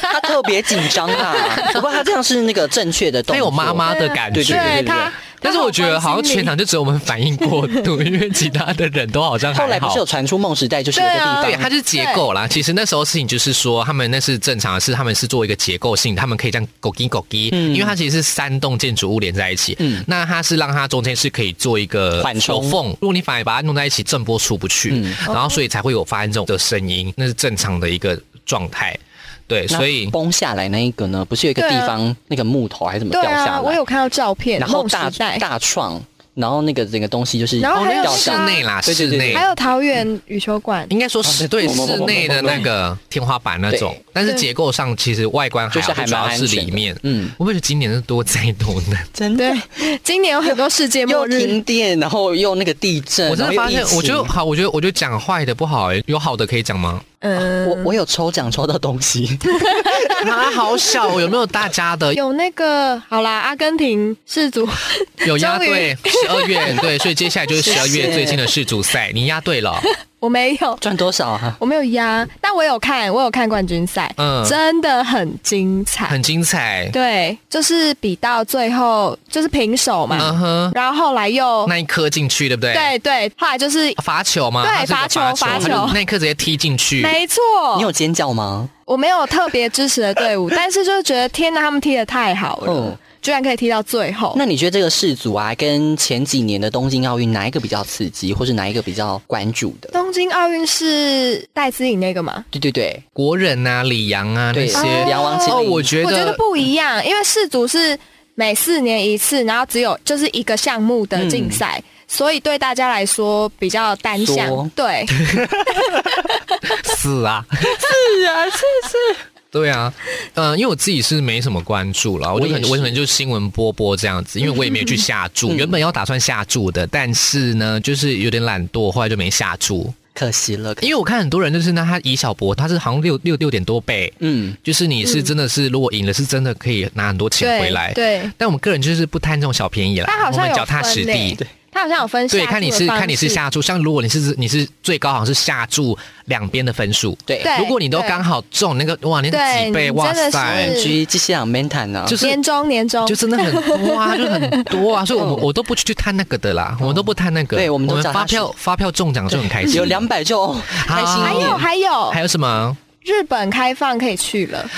[SPEAKER 3] 他特别紧张 啊。不过他这样是那个正确的动作。
[SPEAKER 1] 他有妈妈的感
[SPEAKER 3] 对
[SPEAKER 1] 觉。
[SPEAKER 3] 对对
[SPEAKER 2] 他，
[SPEAKER 1] 但是我觉得好像全场就只有我们反应过 度，因为其他的人都好像
[SPEAKER 3] 后来
[SPEAKER 1] 还
[SPEAKER 3] 不
[SPEAKER 1] 好
[SPEAKER 3] 是。有传出梦时代就是有个地方，
[SPEAKER 1] 对，
[SPEAKER 2] 啊
[SPEAKER 1] 它就是结构啦。其实那时候事情就是说，他们那是正常的是，他们是做一个结构性，他们可以这样狗叽狗叽，
[SPEAKER 3] 嗯
[SPEAKER 1] 因为它其实是三栋建筑物连在一起。
[SPEAKER 3] 嗯
[SPEAKER 1] 那它是让它中间是可以做一个
[SPEAKER 3] 缓冲
[SPEAKER 1] 有缝，如果你反而把它弄在一起，震波出不去，
[SPEAKER 3] 嗯
[SPEAKER 1] 然后所以才会有发生这种的声音，那是正常的一个状态。对，
[SPEAKER 3] 那
[SPEAKER 1] 所以
[SPEAKER 3] 崩下来那一个呢，不是有一个地方、那个木头还是怎么
[SPEAKER 2] 啊对
[SPEAKER 3] 掉下来？
[SPEAKER 2] 啊，我有看到照片，
[SPEAKER 3] 然后
[SPEAKER 2] 梦时
[SPEAKER 3] 大
[SPEAKER 2] 代，
[SPEAKER 3] 大创，然后那个整个东西就是
[SPEAKER 2] 然后还有
[SPEAKER 3] 掉
[SPEAKER 1] 室
[SPEAKER 3] 下来。
[SPEAKER 1] 内啦，
[SPEAKER 3] 对
[SPEAKER 1] 室
[SPEAKER 3] 对对
[SPEAKER 1] 内
[SPEAKER 2] 还有桃园羽球馆，
[SPEAKER 3] 嗯
[SPEAKER 1] 应该说是对
[SPEAKER 3] 对
[SPEAKER 1] 室内的那个天花板那种
[SPEAKER 3] 对，
[SPEAKER 1] 但是结构上其实外观还
[SPEAKER 3] 就是
[SPEAKER 1] 好，
[SPEAKER 3] 还
[SPEAKER 1] 主
[SPEAKER 3] 蛮
[SPEAKER 1] 要
[SPEAKER 3] 安
[SPEAKER 1] 是
[SPEAKER 3] 全的
[SPEAKER 1] 里面。
[SPEAKER 3] 嗯，
[SPEAKER 1] 我不觉得今年是多灾多难。
[SPEAKER 3] 真
[SPEAKER 2] 对， 今年有很多世界末
[SPEAKER 3] 又
[SPEAKER 2] 日
[SPEAKER 3] 停，电，然后又那个地震，
[SPEAKER 1] 我真的
[SPEAKER 3] 然
[SPEAKER 1] 发
[SPEAKER 3] 后又
[SPEAKER 1] 现
[SPEAKER 3] 疫，情
[SPEAKER 1] 我觉得好，我觉得我觉得讲坏的不好哎、有好的可以讲吗？
[SPEAKER 2] 嗯，
[SPEAKER 3] 我我有抽奖抽到东西，
[SPEAKER 1] 啊，好小，有没有大家的？
[SPEAKER 2] 有那个好啦，阿根廷世 足，
[SPEAKER 1] 有压
[SPEAKER 2] 终于
[SPEAKER 1] 对，十二月对，所以接下来就是十二
[SPEAKER 3] 谢
[SPEAKER 1] 月
[SPEAKER 3] 谢
[SPEAKER 1] 最近的世足赛，你压对了，
[SPEAKER 2] 我没有，
[SPEAKER 3] 赚多少啊？
[SPEAKER 2] 我没有压，但我有看，我有看冠军赛，
[SPEAKER 1] 嗯
[SPEAKER 2] 真的很精彩。
[SPEAKER 1] 很精彩。
[SPEAKER 2] 对，就是比到最后就是平手嘛，
[SPEAKER 1] 嗯哼，
[SPEAKER 2] 然后后来又
[SPEAKER 1] 那一颗进去对不对？，啊
[SPEAKER 2] 对对，后来就是
[SPEAKER 1] 罚球吗？它是
[SPEAKER 2] 对
[SPEAKER 1] 个
[SPEAKER 2] 罚球
[SPEAKER 1] 罚
[SPEAKER 2] 罚球
[SPEAKER 1] 它那一颗直接踢进去。
[SPEAKER 2] 没错，
[SPEAKER 3] 你有尖叫吗？
[SPEAKER 2] 我没有特别支持的队伍，但是就是觉得天呐，他们踢的太好了，
[SPEAKER 3] 嗯
[SPEAKER 1] 哦
[SPEAKER 2] 居然可以踢到最后。
[SPEAKER 3] 那你觉得这个世足啊，跟前几年的东京奥运哪一个比较刺激，或是哪一个比较关注的？
[SPEAKER 2] 东京奥运是戴资颖那个吗？
[SPEAKER 3] 对对对，
[SPEAKER 1] 国人啊，李阳啊那
[SPEAKER 3] 对，
[SPEAKER 1] 些，
[SPEAKER 3] 梁王千
[SPEAKER 1] 哦，
[SPEAKER 3] 里
[SPEAKER 1] 我觉
[SPEAKER 2] 我觉得
[SPEAKER 1] 得
[SPEAKER 2] 不一样，因为世足是每四年一次，然后只有就是一个项目的竞
[SPEAKER 1] 嗯
[SPEAKER 2] 赛。所以对大家来说比较单
[SPEAKER 3] 说
[SPEAKER 2] 向，对，
[SPEAKER 1] 是啊，是啊，是是。 对啊，嗯、因为我自己是没什么关注了，我就
[SPEAKER 3] 我
[SPEAKER 1] 可
[SPEAKER 3] 也
[SPEAKER 1] 能
[SPEAKER 3] 是
[SPEAKER 1] 我可能就新闻播播这样子，因为我也没有去下注，
[SPEAKER 2] 嗯
[SPEAKER 1] 原本要打算下注的，但是呢，就是有点懒惰，后来就没下注。
[SPEAKER 3] 可惜了，可
[SPEAKER 1] 因为我看很多人就是那他以小博，他是好像六六六点多倍，
[SPEAKER 3] 嗯，
[SPEAKER 1] 就是你是真的是、如果赢了是真的可以拿很多钱回来
[SPEAKER 2] 对，，对，
[SPEAKER 1] 但我们个人就是不贪这种小便宜啦，
[SPEAKER 2] 他好
[SPEAKER 1] 我
[SPEAKER 2] 像
[SPEAKER 1] 们
[SPEAKER 2] 有
[SPEAKER 1] 脚踏
[SPEAKER 2] 分
[SPEAKER 1] 实地
[SPEAKER 2] 欸。他好像有分下
[SPEAKER 1] 对，看你是
[SPEAKER 2] 注的
[SPEAKER 1] 看你是
[SPEAKER 2] 方式，
[SPEAKER 1] 下注，像如果你是你是最高好像是下注两边的分数，
[SPEAKER 3] 对
[SPEAKER 2] 对
[SPEAKER 1] 如果你都
[SPEAKER 2] 对
[SPEAKER 1] 刚好中那个，哇，你
[SPEAKER 2] 对
[SPEAKER 1] 几倍，
[SPEAKER 2] 你
[SPEAKER 1] 哇
[SPEAKER 2] 真的
[SPEAKER 1] 塞，
[SPEAKER 2] 是
[SPEAKER 3] 居这些啊 m e n t a 啊，
[SPEAKER 1] 就是
[SPEAKER 2] 年终年终
[SPEAKER 1] 就真的很多 啊，就很多啊，所以我们我都不去贪那个的啦，我们都不贪那个，
[SPEAKER 3] 嗯对我们都脚踏
[SPEAKER 1] 发
[SPEAKER 3] 实
[SPEAKER 1] 票发票中奖就很开心，
[SPEAKER 3] 有两百就哦开心
[SPEAKER 1] 还
[SPEAKER 2] 还
[SPEAKER 3] 一
[SPEAKER 2] 有
[SPEAKER 3] 点。
[SPEAKER 2] 还有
[SPEAKER 1] 啊还有什么？
[SPEAKER 2] 日本开放可以去了，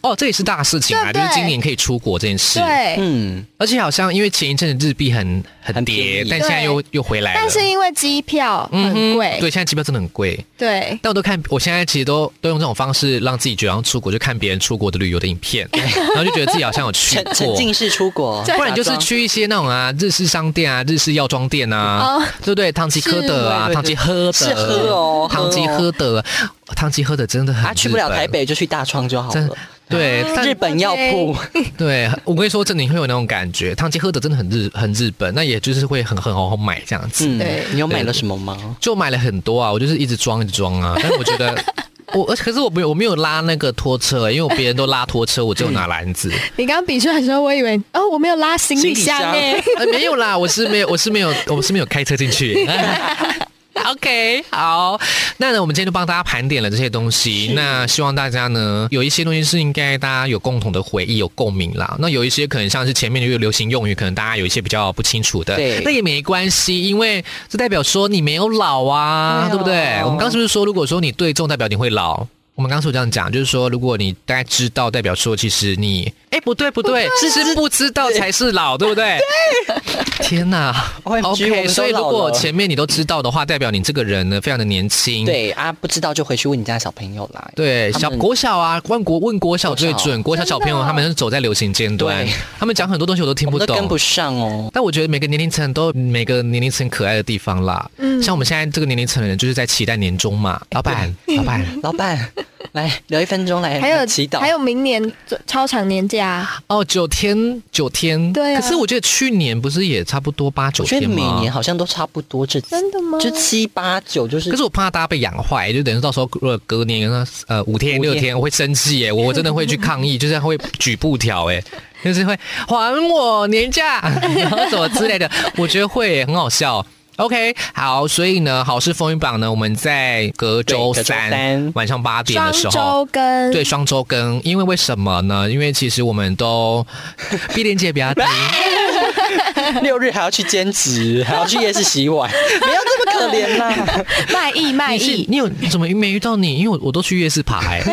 [SPEAKER 1] 哦，这也是大事情啊，
[SPEAKER 2] 对不
[SPEAKER 1] 就是
[SPEAKER 2] 对
[SPEAKER 1] 今年可以出国这件事，
[SPEAKER 2] 对，
[SPEAKER 3] 嗯，
[SPEAKER 1] 而且好像因为前一阵子日币很很
[SPEAKER 3] 很
[SPEAKER 1] 跌
[SPEAKER 3] 便，宜
[SPEAKER 1] 但现在又又回来了，
[SPEAKER 2] 但是因为机票很贵，
[SPEAKER 1] 哎嗯对，现在机票真的很贵。
[SPEAKER 2] 对，
[SPEAKER 1] 但我都看，我现在其实都都用这种方式让自己觉得好像出国，就看别人出国的旅游的影片，然后就觉得自己好像有去
[SPEAKER 3] 沉沉
[SPEAKER 1] 过。
[SPEAKER 3] 浸式出国，
[SPEAKER 1] 啊不然就是
[SPEAKER 3] 假装
[SPEAKER 1] 去一些那种啊日式商店啊、日式药妆店啊，
[SPEAKER 2] 哦
[SPEAKER 1] 对不对？唐吉诃德啊，
[SPEAKER 3] 是
[SPEAKER 1] 唐吉诃
[SPEAKER 3] 是喝
[SPEAKER 1] 德，
[SPEAKER 3] 哦，
[SPEAKER 1] 唐吉
[SPEAKER 3] 喝哦
[SPEAKER 1] 诃德，唐吉诃德真的很
[SPEAKER 3] 啊，去不了
[SPEAKER 1] 日本
[SPEAKER 3] 台，北就去大创就好
[SPEAKER 1] 真
[SPEAKER 3] 了。啊
[SPEAKER 1] 对，
[SPEAKER 3] 日
[SPEAKER 1] 但
[SPEAKER 3] 本药铺
[SPEAKER 1] 对我跟你说，这里会有那种感觉，唐吉诃德真的很日很日本，那也就是会很很好好买这样子。
[SPEAKER 3] 嗯
[SPEAKER 2] 对，
[SPEAKER 3] 你有买了什么吗？
[SPEAKER 1] 就买了很多啊，我就是一直装一直装 啊，但是我觉得我而且可是我没有我没有拉那个拖车、因为我别人都拉拖车，我只有拿篮子，
[SPEAKER 2] 你刚刚比出来的时候，我以为哦，我没有拉行李箱哎
[SPEAKER 3] 行李
[SPEAKER 2] 诶，
[SPEAKER 1] 呃没有啦，我是没有我是没有我是没有开车进去。OK，好，那呢，我们今天就帮大家盘点了这些东西。那希望大家呢，有一些东西是应该大家有共同的回忆、有共鸣啦。那有一些可能像是前面的一个流行用语，可能大家有一些比较不清楚的，
[SPEAKER 3] 对
[SPEAKER 1] 那也没关系，因为这代表说你没有老啊，
[SPEAKER 3] 没有
[SPEAKER 1] 对不对？我们刚是不是说，如果说你 对中，代表你会老？我们刚刚是有这样讲，就是说，如果你大概知道，代表说其实你，哎、哎，不对不对，是不知道才是老，对不对？天哪
[SPEAKER 3] OMG，我们
[SPEAKER 1] ！OK，
[SPEAKER 3] 都
[SPEAKER 1] 所以如
[SPEAKER 3] 老
[SPEAKER 1] 果
[SPEAKER 3] 了
[SPEAKER 1] 前面你都知道的话，代表你这个人呢非常的年轻。
[SPEAKER 3] 对啊，不知道就回去问你家小朋友啦。
[SPEAKER 1] 对，
[SPEAKER 3] 他
[SPEAKER 1] 小
[SPEAKER 3] 们
[SPEAKER 1] 国小啊，问国问国小最准，国小小朋友
[SPEAKER 2] 真的
[SPEAKER 1] 他们是走在流行尖端
[SPEAKER 3] 对，
[SPEAKER 1] 他们讲很多东西我都听
[SPEAKER 3] 我
[SPEAKER 1] 不
[SPEAKER 3] 们都
[SPEAKER 1] 懂，
[SPEAKER 3] 跟不 上哦。
[SPEAKER 1] 但我觉得每个年龄层都有每个年龄层可爱的地方啦。嗯，像我们现在这个年龄层的人，就是在期待年终嘛。老板，
[SPEAKER 3] 嗯
[SPEAKER 1] 老板，
[SPEAKER 3] 老板，来留一分钟来
[SPEAKER 2] 还有
[SPEAKER 3] 祈祷，
[SPEAKER 2] 还有明年超长年假啊，
[SPEAKER 1] 哦，九天，九天。
[SPEAKER 2] 对啊
[SPEAKER 1] 可是我觉得去年不是也差不多八九
[SPEAKER 3] 我觉得
[SPEAKER 1] 天吗？
[SPEAKER 3] 每年好像都差不多这，
[SPEAKER 2] 真的吗？
[SPEAKER 3] 就七八九就是
[SPEAKER 1] 可。是我怕大家被养坏，就等于到时候如果隔年呃五天
[SPEAKER 3] 五天
[SPEAKER 1] 六天，我会生气 耶，我真的会去抗议，就是会举布条哎，就是会还我年 假，然后什么之类的，我觉得会耶很好笑。OK，好，所以呢，好事风云榜呢，我们在隔周
[SPEAKER 3] 对隔周
[SPEAKER 1] 三
[SPEAKER 3] 三
[SPEAKER 1] 晚上八点
[SPEAKER 2] 双
[SPEAKER 1] 的时候。
[SPEAKER 2] 周跟
[SPEAKER 1] 对，双周更，因为为什么呢？因为其实我们都 碧莲姐比较低，
[SPEAKER 3] 六日还要去 兼职，还要去夜市洗碗，不要这么可怜 啦！
[SPEAKER 2] 卖艺卖
[SPEAKER 1] 你是
[SPEAKER 2] 艺，
[SPEAKER 1] 你有 怎么没遇到你？因为我我都去夜市爬、欸。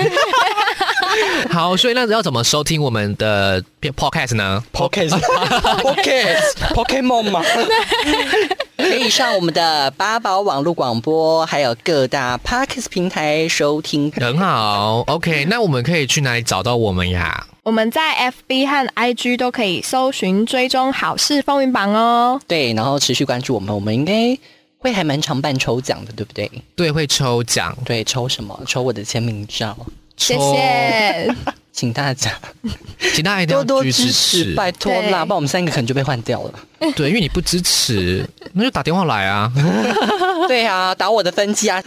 [SPEAKER 1] 好，所以那要怎么收听我们的 podcast 呢？
[SPEAKER 3] Pocket Pocket Pokemon 吗？可以上我们的八宝网络广播，还有各大 Podcast 平台收听。
[SPEAKER 1] 很好，OK，那我
[SPEAKER 3] 嗯
[SPEAKER 1] 们可以去哪里找到我们呀？
[SPEAKER 2] 我们在 FB 和 IG 都可以搜寻追踪好事风云榜哦。
[SPEAKER 3] 对，然后持续关注我们，我们应该会还蛮常办抽奖的，对不对？
[SPEAKER 1] 对，会抽奖，
[SPEAKER 3] 对，抽什么？抽我的签名照，
[SPEAKER 2] 谢
[SPEAKER 1] 抽，
[SPEAKER 2] 谢，
[SPEAKER 3] 请大家
[SPEAKER 1] 请大家一定要
[SPEAKER 3] 多多
[SPEAKER 1] 去
[SPEAKER 3] 支
[SPEAKER 1] 支
[SPEAKER 3] 持，拜托
[SPEAKER 2] 对
[SPEAKER 3] 啦，不然我们三个可能就被换掉了。
[SPEAKER 1] 对，因为你不支持，那就打电话来啊。
[SPEAKER 3] 对啊，打我的分机啊！